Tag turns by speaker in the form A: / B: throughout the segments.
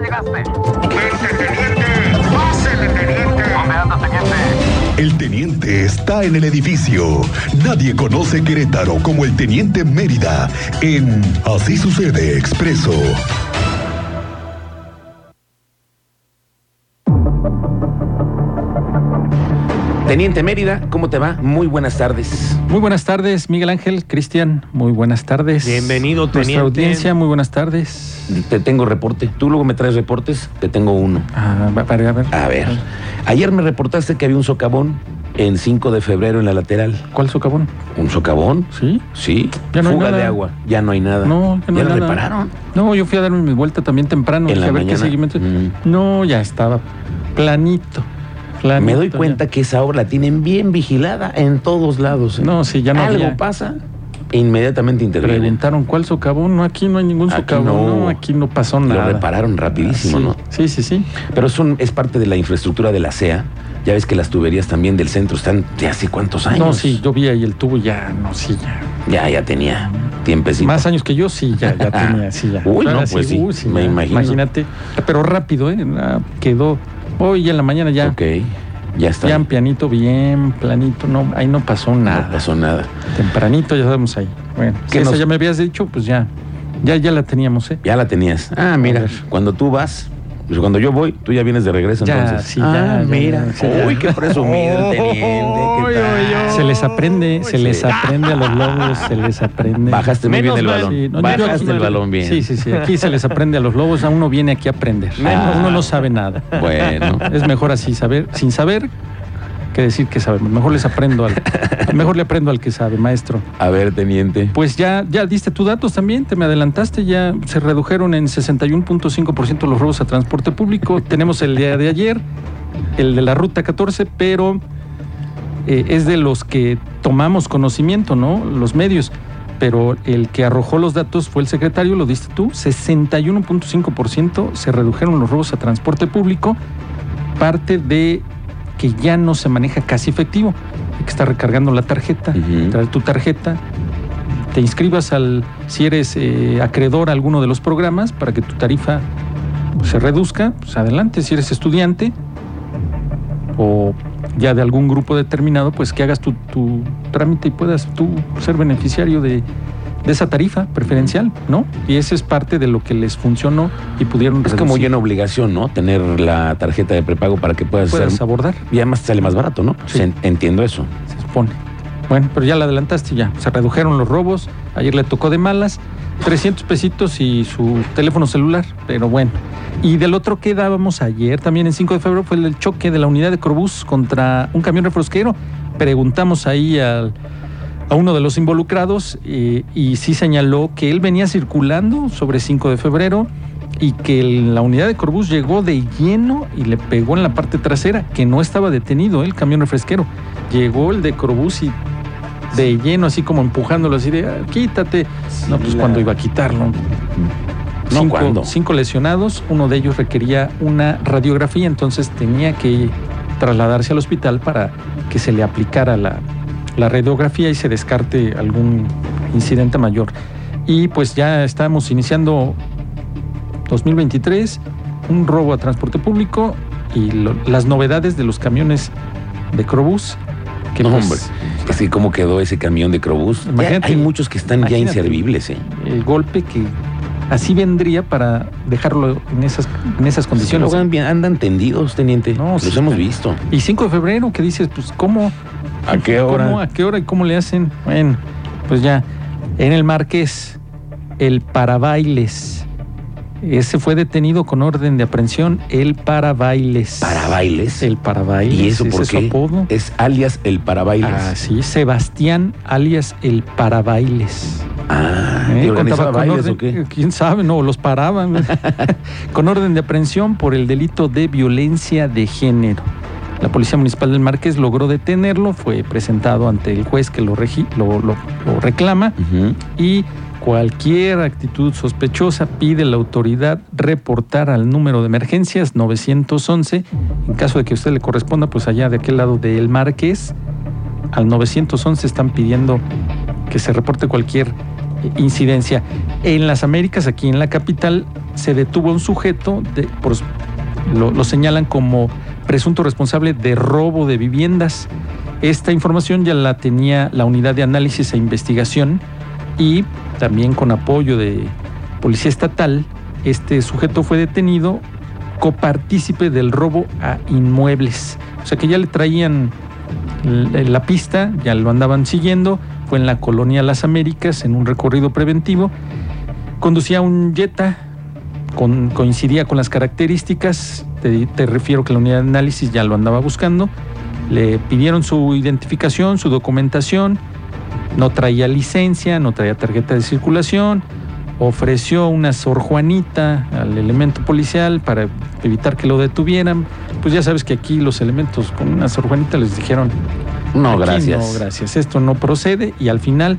A: llegaste? ¡Vente, teniente! ¡Pásele, teniente! ¿Dónde anda, teniente?
B: El teniente está en el edificio. Nadie conoce Querétaro como el teniente Mérida en Así sucede expreso.
C: Teniente Mérida, ¿cómo te va? Muy buenas tardes.
D: Muy buenas tardes, Miguel Ángel, Cristian, muy buenas tardes.
E: Bienvenido, teniente.
D: Nuestra audiencia, muy buenas tardes.
C: Te tengo reporte. Tú luego me traes reportes, te tengo uno.
D: Ah, va- para, a ver,
C: A ver, ayer me reportaste que había un socavón en 5 de febrero en la lateral.
D: ¿cuál socavón?
C: ¿Un socavón?
D: ¿Sí?
C: Sí.
D: Ya no hay
C: Fuga
D: nada.
C: de agua. Ya no hay nada.
D: No,
C: ya,
D: ya no hay
C: lo
D: nada.
C: repararon.
D: No, yo fui a darme mi vuelta también temprano,
C: En
D: dije,
C: la
D: a ver qué
C: mañana.
D: seguimiento.
C: Mm.
D: No, ya estaba planito. planito
C: Me doy
D: ya.
C: cuenta que esa obra la tienen bien vigilada en todos lados. ¿eh?
D: No, sí, ya no
C: Algo
D: había.
C: pasa, inmediatamente intervienen.
D: Preguntaron, ¿cuál socavón? No, aquí no hay ningún
C: Aquí
D: socavón.
C: no.
D: No. aquí no pasó
C: Lo
D: nada. Ah,
C: repararon rapidísimo,
D: sí,
C: ¿no?
D: sí, sí, sí.
C: Pero es, un- es parte de la infraestructura de la CEA. Ya ves que las tuberías también del centro están de hace cuántos años.
D: No, sí, yo vi ahí el tubo, ya, no, sí, ya.
C: Ya, ya tenía tiempecito.
D: Más años que yo, sí, ya, ya tenía, sí, ya.
C: Uy,
D: Claro,
C: no, pues sí, me
D: ya.
C: imagino.
D: Imagínate, pero rápido, ¿eh? Ah, Quedó hoy en la mañana ya,
C: Ok, ya está.
D: ya en pianito, bien planito, no, ahí no pasó nada.
C: No pasó nada.
D: Tempranito, ya estamos ahí. Bueno,
C: ¿Qué
D: si esa
C: nos-
D: ya me habías dicho, pues ya, ya, ya la teníamos, ¿eh?
C: Ya la tenías. Ah,
D: A
C: mira,
D: ver.
C: cuando tú vas, pues cuando yo voy, tú ya vienes de regreso
D: Ya,
C: entonces.
D: sí, ya,
C: ah,
D: ya,
C: mira.
D: ya, sí, ya.
C: Uy, qué presumido el teniente. ¿qué tal?
D: Se les aprende, se les aprende a los lobos, se les aprende.
C: Bajaste muy
E: Menos
C: bien el
E: mal.
C: balón.
D: Sí, no, yo- yo
C: Bajaste
D: aquí-
C: el balón bien.
D: Sí, sí, sí. Aquí se les aprende a los lobos, a uno viene aquí a aprender.
C: Menos
D: uno
C: mal.
D: no sabe nada.
C: Ah. Bueno.
D: Es mejor así saber, sin saber, que decir que sabemos. Mejor les aprendo al, mejor le aprendo al que sabe, maestro.
C: A ver, teniente.
D: Pues ya, ya diste tus datos también, te me adelantaste, ya se redujeron en 61.5% los robos a transporte público. Tenemos el día de ayer, el de la ruta 14, pero eh, es de los que tomamos conocimiento, ¿no? Los medios. Pero el que arrojó los datos fue el secretario, lo diste tú, 61.5% se redujeron los robos a transporte público, parte de que ya no se maneja casi efectivo, hay que está recargando la tarjeta,
C: Ujú.
D: traer tu tarjeta, te inscribas al, si eres eh, acreedor a alguno de los programas para que tu tarifa se reduzca, pues adelante, si eres estudiante o ya de algún grupo determinado, pues que hagas tu, tu trámite y puedas tú ser beneficiario de, de esa tarifa preferencial, ¿no? Y esa es parte de lo que les funcionó y pudieron
C: Es como
D: reducir.
C: ya una obligación, ¿no? Tener la tarjeta de prepago para que puedas hacer.
D: puedas abordar,
C: Y además te sale más barato, ¿no?
D: Sí.
C: Se- Entiendo eso.
D: se supone. Bueno, pero ya la adelantaste ya, se redujeron los robos, ayer le tocó de malas, 300 pesitos y su teléfono celular, pero bueno. Y del otro que dábamos ayer, también en 5 de febrero, fue el del choque de la unidad de Corbus contra un camión refresquero. Preguntamos ahí al, a uno de los involucrados eh, y sí señaló que él venía circulando sobre 5 de febrero y que el- la unidad de Corbus llegó de lleno y le pegó en la parte trasera, que no estaba detenido el camión refresquero. Llegó el de Corbus y de lleno, así como empujándolo, así de "Ah, quítate. No, pues cuando iba a quitarlo.
C: No,
D: cinco,
C: ¿cuándo?
D: cinco lesionados, uno de ellos requería una radiografía, entonces tenía que trasladarse al hospital para que se le aplicara la, la radiografía y se descarte algún incidente mayor. Y pues ya estamos iniciando 2023, un robo a transporte público y lo- las novedades de los camiones de Crobus. Que
C: No,
D: pues,
C: hombre. Es que cómo quedó ese camión de Crobús. Ya
D: Imagínate.
C: hay muchos que están ya
D: Imagínate.
C: inservibles, ¿eh?
D: el golpe que así vendría para dejarlo en esas, en esas condiciones.
C: Sí, luego andan, andan tendidos, teniente.
D: No,
C: Los
D: sí.
C: hemos visto.
D: y 5 de febrero que dices, pues cómo,
C: ¿A qué
D: cómo, a qué hora y cómo le hacen. Bueno, pues ya, en el Marqués, el parabailes. Ese fue detenido con orden de aprehensión, el parabailes.
C: Para bailes.
D: El parabailes.
C: ¿Y eso
D: ese
C: por
D: es su
C: qué?
D: apodo.
C: Es alias el para bailes.
D: Ah, sí, Sebastián alias el parabailes.
C: Ah,
D: ¿Eh?
C: ¿y organizaba
D: Contaba con
C: bailes
D: orden-
C: o qué?
D: ¿Quién sabe? No, los paraban. con orden de aprehensión por el delito de violencia de género. La Policía Municipal del Marqués logró detenerlo, fue presentado ante el juez que lo, regi- lo- lo- lo reclama
C: Ujú.
D: y cualquier actitud sospechosa pide la autoridad reportar al número de emergencias 911. En caso de que a usted le corresponda, pues allá de aquel lado del Marqués, al 911 están pidiendo que se reporte cualquier eh, incidencia. En las Américas, aquí en la capital, se detuvo a un sujeto, de, por- lo, lo señalan como presunto responsable de robo de viviendas. Esta información ya la tenía la unidad de análisis e investigación y también con apoyo de policía estatal, este sujeto fue detenido copartícipe del robo a inmuebles. O sea que ya le traían l- eh, la pista, ya lo andaban siguiendo, fue en la colonia Las Américas en un recorrido preventivo, conducía un Jetta, con- coincidía con las características, te, te refiero que la unidad de análisis ya lo andaba buscando, le pidieron su identificación, su documentación, no traía licencia, no traía tarjeta de circulación, ofreció una sor Juanita al elemento policial para evitar que lo detuvieran. Pues ya sabes que aquí los elementos con una sor Juanita les dijeron,
C: No,
D: "Aquí
C: gracias.
D: no, gracias, esto no procede y al final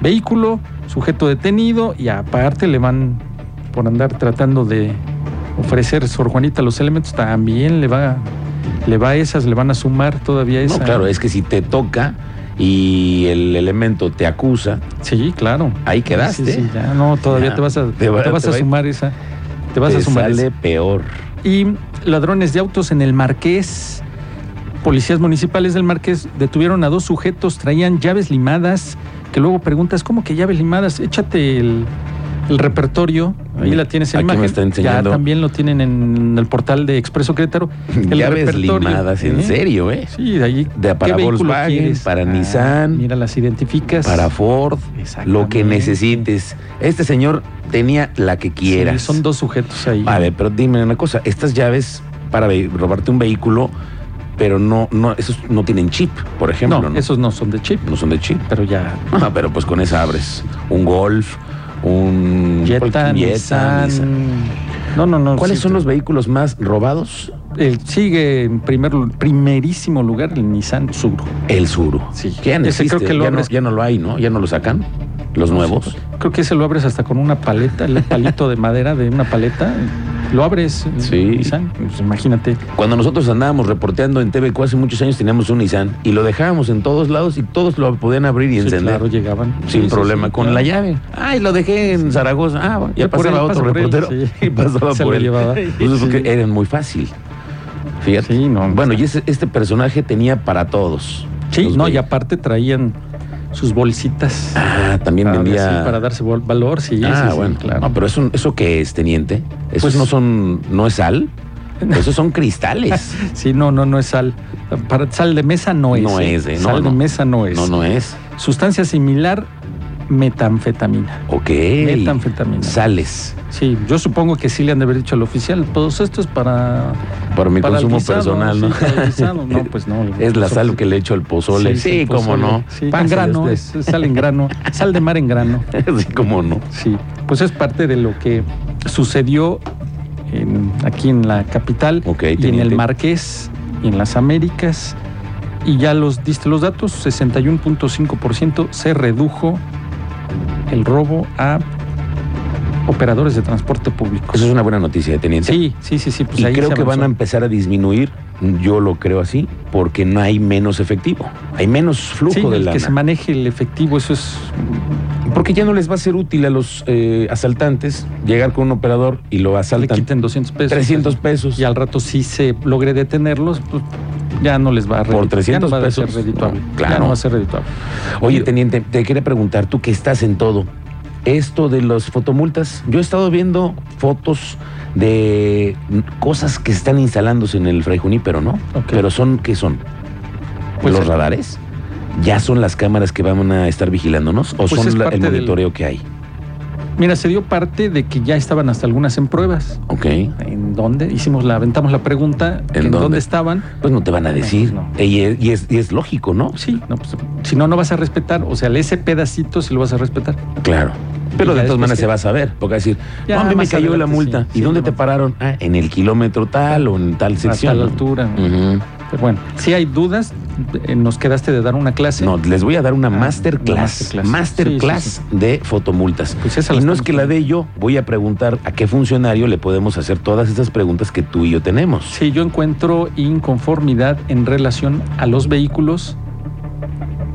D: vehículo, sujeto detenido y aparte le van por andar tratando de ofrecer sor Juanita los elementos, también le va... Le va a esas, le van a sumar todavía
C: No,
D: esas.
C: claro, es que si te toca y el elemento te acusa,
D: Sí, claro.
C: ahí quedaste.
D: Sí, sí, ya, no, todía
C: Ya.
D: te vas a,
C: Te
D: te
C: va-
D: vas
C: te
D: a
C: va a ir-
D: sumar esa. Te vas
C: te
D: a sumar
C: sale
D: esa.
C: peor.
D: Y ladrones de autos en el Marqués. Policías municipales del Marqués detuvieron a dos sujetos, traían llaves limadas, que luego preguntas, ¿cómo que llaves limadas? Échate el, el repertorio, ahí
C: Mira,
D: la tienes en
C: aquí me
D: imagen.
C: está
D: ya
C: enseñando.
D: también lo tienen en el portal de Expreso Querétaro. El
C: Llaves
D: repertorio,
C: limadas, en
D: ¿eh?
C: serio, ¿eh?
D: Sí, de ahí.
C: De- para
D: ¿qué vehículo
C: Volkswagen,
D: quieres? Ah,
C: para Nissan,
D: Mira, las identificas.
C: Para Ford, lo que necesites. Este señor tenía la que
D: Sí,
C: quieras.
D: son dos sujetos ahí.
C: A ver, pero dime una cosa, estas llaves para ve- robarte un vehículo, pero no, no, esos no tienen chip, por ejemplo.
D: no, esos no son de chip,
C: no son de chip.
D: pero ya
C: Ah, pero pues con esa abres un Golf, un
D: Jetta,
C: cualquier Jetta,
D: Nissan.
C: Nissan.
D: No, no, no.
C: ¿Cuáles
D: sí,
C: son
D: te-
C: los vehículos más robados?
D: el- sigue en primer, lu- primerísimo lugar el Nissan Sur.
C: El Suru.
D: Sí.
C: Que ya no
D: Ese creo
C: existe,
D: que lo
C: ya, no,
D: abres-
C: ya no lo hay, ¿no? Ya no lo sacan los nuevos.
D: Creo que ese lo abres hasta con una paleta, el palito de madera de una paleta. Lo abres, el
C: Sí.
D: Nissan. Pues imagínate.
C: Cuando nosotros andábamos reporteando en TVQ hace muchos años teníamos un Nissan y lo dejábamos en todos lados y todos lo podían abrir y
D: Sí,
C: encender.
D: claro, llegaban.
C: Sin
D: Sí, sí,
C: problema,
D: sí,
C: con
D: claro.
C: la llave. Ay, lo dejé en Zaragoza. Ah, bueno, ya
D: Ya por
C: pasaba
D: él,
C: otro
D: pasa por él,
C: reportero
D: sí.
C: y pasaba
D: Se
C: por
D: lo
C: él.
D: llevaba.
C: Pues es porque
D: Sí.
C: eran muy fácil. Fíjate.
D: Sí, no,
C: bueno, y ese- este personaje tenía para todos.
D: Sí,
C: Los
D: no,
C: veía.
D: y aparte traían sus bolsitas.
C: Ah, también
D: para,
C: vendía.
D: sí, para darse vol- valor, sí. sí,
C: ah,
D: sí,
C: bueno,
D: claro.
C: No, pero eso, ¿eso qué es, teniente? Eso
D: Pues-
C: no son, no es sal. Esos son cristales.
D: Sí, no, no, no es sal. Para, sal de mesa no es.
C: No
D: ¿eh?
C: es, ¿eh? No,
D: Sal de
C: no.
D: mesa no es.
C: No, no es.
D: Sustancia similar, metanfetamina.
C: Ok.
D: Metanfetamina.
C: Sales.
D: Sí, yo supongo que sí le han de haber dicho al oficial, todos esto es para...
C: Para mi
D: para el
C: consumo
D: guisado,
C: personal,
D: sí,
C: ¿no?
D: para el guisado. no, pues no.
C: es la sal que le echo al pozole. Sí,
D: el
C: cómo
D: pozole,
C: no.
D: sí, en
C: Pásele
D: grano,
C: usted.
D: es sal en grano, sal de mar en grano.
C: Sí, cómo no.
D: Sí, pues es parte de lo que sucedió en- aquí en la capital
C: Ok,
D: y en
C: teniente.
D: el Marqués y en las Américas. Y ya los diste los datos, 61.5% se redujo el robo a operadores de transporte público.
C: Eso Pues es una buena noticia, teniente.
D: Sí, sí, sí, sí. Pues
C: y
D: ahí
C: creo
D: se
C: que van a
D: avanzó.
C: empezar a disminuir, yo lo creo así, porque no hay menos efectivo, hay menos flujo
D: Sí,
C: de
D: el
C: lana.
D: que se maneje el efectivo, eso es...
C: Porque ya no les va a ser útil a los eh, asaltantes llegar con un operador y lo
D: Le
C: asaltan
D: quiten 200 pesos.
C: 300 pesos.
D: Y pues, al rato si se logre detenerlos, pues ya no les va a...
C: Por
D: redituar,
C: 300
D: ya no va a
C: pesos,
D: ser redituable.
C: no,
D: claro.
C: claro.
D: Ya no va a ser redituable.
C: Oye, teniente, te quería preguntar, tú que estás en todo, esto de las fotomultas, yo he estado viendo fotos de cosas que están instalándose en el Fray Junípero, ¿no?
D: Ok.
C: Pero son, ¿qué son?
D: Pues,
C: ¿Los
D: eh,
C: radares? ¿Ya son las cámaras que van a estar vigilándonos? ¿O
D: Pues es
C: son la- el
D: parte del-
C: monitoreo que hay?
D: Mira, se dio parte de que ya estaban hasta algunas en pruebas.
C: Ok.
D: ¿En dónde? Hicimos la, aventamos la pregunta. que ¿En,
C: dónde?
D: dónde? estaban?
C: Pues no te van a decir.
D: No,
C: Y, es, y es- y es lógico, ¿no?
D: Sí, no, pues, si no, no vas a respetar. O sea, ese pedacito sí lo vas a respetar.
C: Claro. Pero
D: Y
C: de todas
D: ya después
C: maneras
D: que-
C: se va a saber, porque va a decir,
D: Ya,
C: no, a mí me
D: más
C: cayó la
D: adelante,
C: multa.
D: sí,
C: ¿Y
D: sí,
C: dónde
D: ya
C: te
D: más-
C: pararon? Ah, en el kilómetro tal o en tal sección.
D: Hasta la
C: ¿no?
D: altura.
C: Ujú.
D: Pero bueno, si hay dudas, eh, nos quedaste de dar una clase.
C: No, les voy a dar una
D: Ah,
C: masterclass.
D: una masterclass.
C: Masterclass
D: Sí, sí,
C: de fotomultas.
D: Pues esa
C: y
D: la
C: no es
D: estamos
C: que la dé yo, voy a preguntar a qué funcionario le podemos hacer todas esas preguntas que tú y yo tenemos.
D: Si yo encuentro inconformidad en relación a los vehículos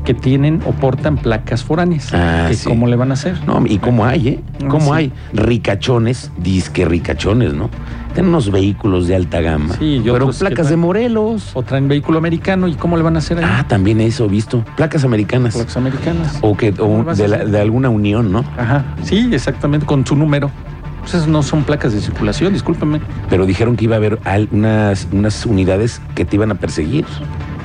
D: que tienen o portan placas foráneas.
C: Ah,
D: que
C: sí.
D: ¿Cómo le van a hacer?
C: No, y cómo hay, ¿eh?
D: Ah,
C: Cómo
D: sí.
C: hay ricachones, disque ricachones, ¿no? Tienen unos vehículos de alta gama.
D: Sí, y
C: pero
D: otros que
C: placas de
D: traen-
C: Morelos.
D: O traen vehículo americano y ¿cómo le van a hacer ahí?
C: Ah, pues. también eso, he visto. Placas americanas.
D: placas americanas.
C: O que o
D: ¿Cómo vas a
C: de, la-
D: hacer?
C: de alguna unión, ¿no?
D: Ajá, sí, exactamente, con su número. Pues esas no son placas de circulación, discúlpame.
C: Pero dijeron que iba a haber al- unas, unas unidades que te iban a perseguir.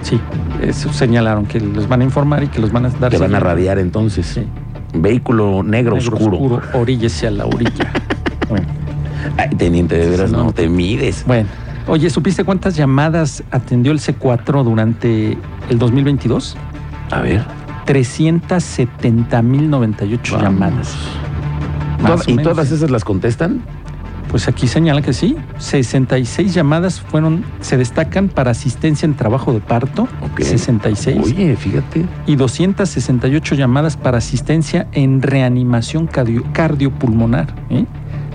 D: Sí, eso señalaron que los van a informar y que los van a dar.
C: Te van a
D: seguimiento.
C: radiar entonces.
D: Sí.
C: Vehículo negro,
D: Negro
C: oscuro.
D: oríllese a la orilla. bueno,
C: Ay, teniente, de veras,
D: Sí,
C: no,
D: no.
C: te mides.
D: bueno. Oye, ¿supiste cuántas llamadas atendió el C4 durante el 2022?
C: A ver.
D: 370.098
C: vamos.
D: llamadas. Más
C: Toda-
D: o
C: ¿Y
D: menos.
C: todas esas las contestan?
D: Pues aquí señala que sí, 66 llamadas fueron, se destacan para asistencia en trabajo de parto,
C: Ok.
D: 66,
C: Oye, fíjate.
D: y 268 llamadas para asistencia en reanimación cardio- cardiopulmonar, ¿eh?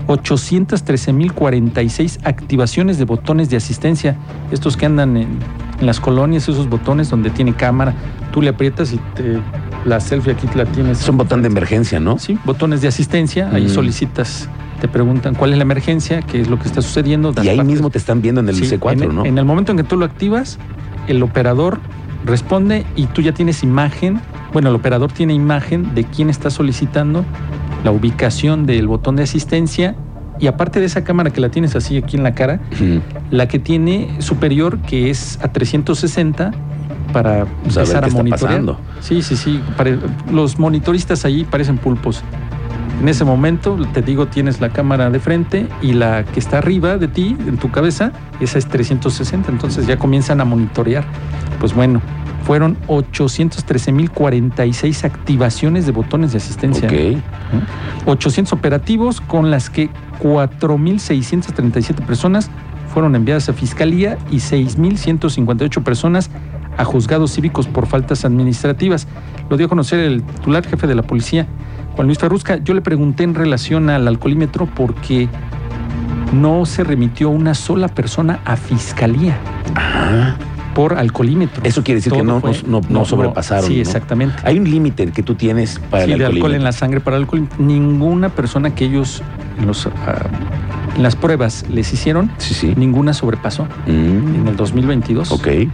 D: 813.046 activaciones de botones de asistencia, estos que andan en, en las colonias, esos botones donde tiene cámara, tú le aprietas y te, la selfie aquí la tienes.
C: Es un botón de emergencia, ¿no?
D: Sí, botones de asistencia, ahí
C: Mm.
D: solicitas, te preguntan cuál es la emergencia, qué es lo que está sucediendo. das
C: Y ahí
D: partes.
C: mismo te están viendo en el
D: Sí,
C: C4,
D: en,
C: ¿no?
D: En el momento en que tú lo activas, el operador responde y tú ya tienes imagen, bueno, el operador tiene imagen de quién está solicitando, la ubicación del botón de asistencia y aparte de esa cámara que la tienes así aquí en la cara,
C: Ujú.
D: la que tiene superior que es a 360 para
C: Saber
D: empezar
C: qué
D: a
C: está
D: monitorear.
C: pasando.
D: Sí, sí, sí. pare- los monitoristas ahí parecen pulpos. En ese momento, te digo, tienes la cámara de frente y la que está arriba de ti, en tu cabeza, esa es 360. Entonces ya comienzan a monitorear. Pues bueno, fueron 813.046 activaciones de botones de asistencia.
C: Ok.
D: 800 operativos con las que 4.637 personas fueron enviadas a fiscalía y 6.158 personas a juzgados cívicos por faltas administrativas. Lo dio a conocer el titular jefe de la policía, Juan Luis Ferrusca. Yo le pregunté en relación al alcoholímetro porque no se remitió una sola persona a fiscalía
C: Ah,
D: por alcoholímetro.
C: Eso quiere decir que no- no- no sobrepasaron,
D: Sí,
C: ¿no?
D: exactamente.
C: hay un límite que tú tienes para
D: Sí,
C: el
D: de
C: alcohol.
D: alcohol en la sangre para alcohol. Ninguna persona que ellos en, los, ah, en las pruebas les hicieron,
C: Sí, sí.
D: ninguna sobrepasó en
C: Mm,
D: el 2022.
C: ok. Es-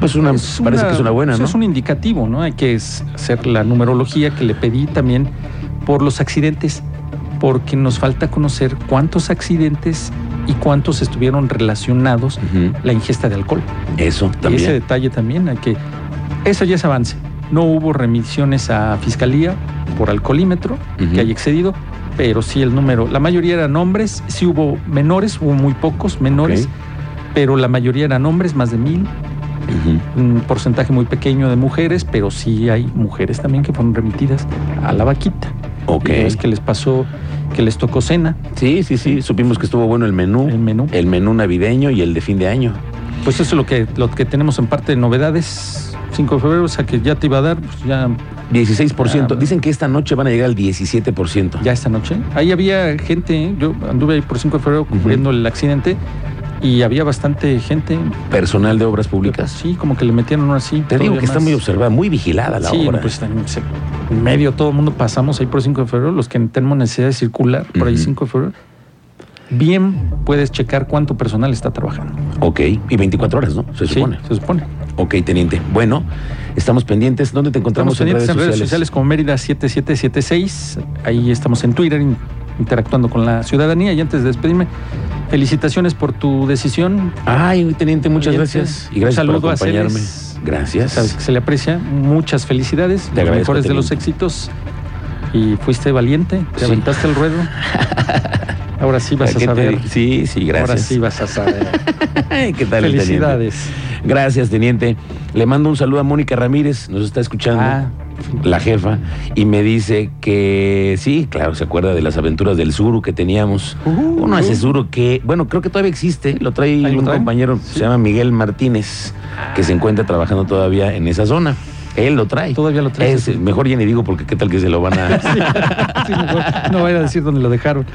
C: Pues una,
D: Es
C: parece
D: una-
C: que es una buena,
D: pues
C: ¿no?
D: Es un indicativo, ¿no? Hay que es- hacer la numerología que le pedí también por los accidentes, porque nos falta conocer cuántos accidentes y cuántos estuvieron relacionados
C: Ujú.
D: la ingesta de alcohol.
C: Eso
D: Y ese
C: también.
D: detalle también hay que... Eso ya es avance. No hubo remisiones a fiscalía por alcoholímetro
C: Ujú.
D: que haya excedido, pero sí el número. La mayoría eran hombres, sí hubo menores, hubo muy pocos menores,
C: Ok.
D: pero la mayoría eran hombres, más de mil,
C: Ujú.
D: un porcentaje muy pequeño de mujeres, pero sí hay mujeres también que fueron remitidas a la vaquita.
C: Ok.
D: Es que les pasó, que les tocó cena,
C: Sí, sí, sí. Supimos que estuvo bueno el menú.
D: el menú.
C: El menú navideño y el de fin de año.
D: Pues eso es lo que, lo que tenemos en parte de novedades. 5 de febrero, o sea que ya te iba a dar, pues ya
C: 16%.
D: Ah,
C: Dicen que esta noche van a llegar al 17%.
D: ya esta noche. Ahí había gente, ¿eh? yo anduve ahí por 5 de febrero cubriendo el accidente y había bastante gente.
C: Personal de obras públicas.
D: Sí, como que le metieron una así.
C: Te digo
D: todavía
C: que está
D: más.
C: muy observada, muy vigilada la
D: Sí,
C: obra. ¿eh?
D: no, pues en se- en medio todo el mundo pasamos ahí por 5 de febrero, los que tenemos necesidad de circular por ahí
C: Ujú.
D: 5 de febrero. Bien puedes checar cuánto personal está trabajando.
C: Ok. Y 24 horas, ¿no? Se
D: Sí,
C: supone.
D: se supone.
C: Ok, teniente. Bueno, estamos pendientes. ¿Dónde te encontramos
D: Estamos
C: en redes,
D: pendientes en redes
C: sociales?
D: sociales como Mérida 7776. Ahí estamos en Twitter in- interactuando con la ciudadanía. Y antes de despedirme, felicitaciones por tu decisión.
C: Ay, teniente, muchas
D: Oyente,
C: gracias. Y
D: un
C: gracias
D: saludo
C: por
D: a
C: acompañarme.
D: Celes. Sabes que
C: Gracias.
D: se le aprecia. Muchas felicidades.
C: Te
D: los
C: agradezco,
D: mejores de los
C: teniente.
D: éxitos. Y fuiste valiente. Te
C: Sí.
D: aventaste el ruedo. Ahora sí vas
C: ¿Qué
D: a
C: te
D: saber.
C: dije? Sí, sí, gracias.
D: Ahora sí vas a saber.
C: Ay, ¿Qué tal, teniente?
D: Felicidades.
C: Gracias, teniente. Le mando un saludo a Mónica Ramírez, nos está escuchando.
D: Ah,
C: la jefa, y me dice que sí, claro, se acuerda de las aventuras del Zuru que teníamos.
D: Ujú.
C: Uno hace Zuru que, bueno, creo que todavía existe, lo trae
D: Uh-huh. ¿Ahí lo
C: un
D: traen?
C: compañero, se llama Miguel Martínez, que se encuentra trabajando todavía en esa zona. Él lo trae.
D: Todavía lo trae.
C: Ese, mejor ya ni digo porque qué tal que se lo van a...
D: Sí, mejor no vaya a decir dónde lo dejaron.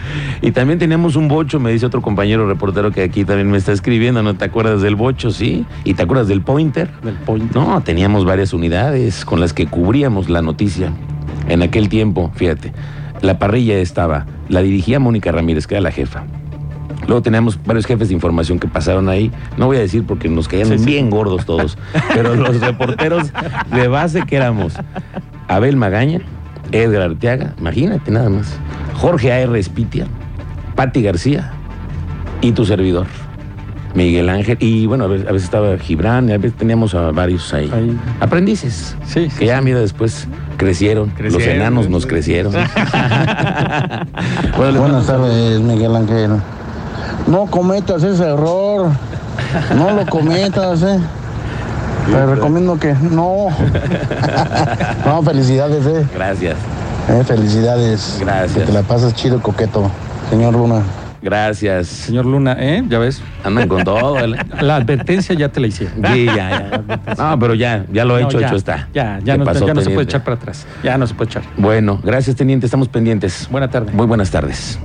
C: Y también tenemos un bocho, me dice otro compañero reportero que aquí también me está escribiendo, ¿no te acuerdas del bocho, sí? ¿Y te acuerdas del pointer?
D: Del point.
C: No, teníamos varias unidades con las que cubríamos la noticia. En aquel tiempo, fíjate, la parrilla estaba, la dirigía Mónica Ramírez, que era la jefa. Luego teníamos varios jefes de información que pasaron ahí. No voy a decir porque nos caían
D: Sí, sí.
C: bien gordos todos, pero los reporteros de base que éramos Abel Magaña, Edgar Arteaga, imagínate nada más, Jorge A.R. Espitia, Patti García y tu servidor, Miguel Ángel. Y bueno, a veces, a veces estaba Gibran, y a veces teníamos a varios ahí.
D: Ahí.
C: Aprendices,
D: Sí, sí,
C: que ya mira después crecieron, los
E: Crecieron.
C: enanos nos crecieron. Bueno, les
F: Buenas tardes, Miguel Ángel. No cometas ese error. No lo cometas, ¿eh? Te recomiendo que no. No, felicidades, ¿eh?
C: Gracias,
F: Eh, felicidades.
C: Gracias.
F: Que te la pasas chido, coqueto, señor Luna.
C: gracias.
D: Señor Luna, ¿eh? Ya ves.
C: Andan con todo. ¿vale?
D: La advertencia ya te la hicieron.
C: Sí, ya, ya. No, pero ya, ya lo he
D: No,
C: hecho,
D: ya,
C: hecho está.
D: Ya, ya,
C: ¿Qué
D: no,
C: pasó,
D: ya no se puede
C: teniente?
D: echar para atrás. Ya no se puede echar.
C: Bueno, gracias, teniente. Estamos pendientes.
D: Buena tarde.
C: Muy buenas tardes.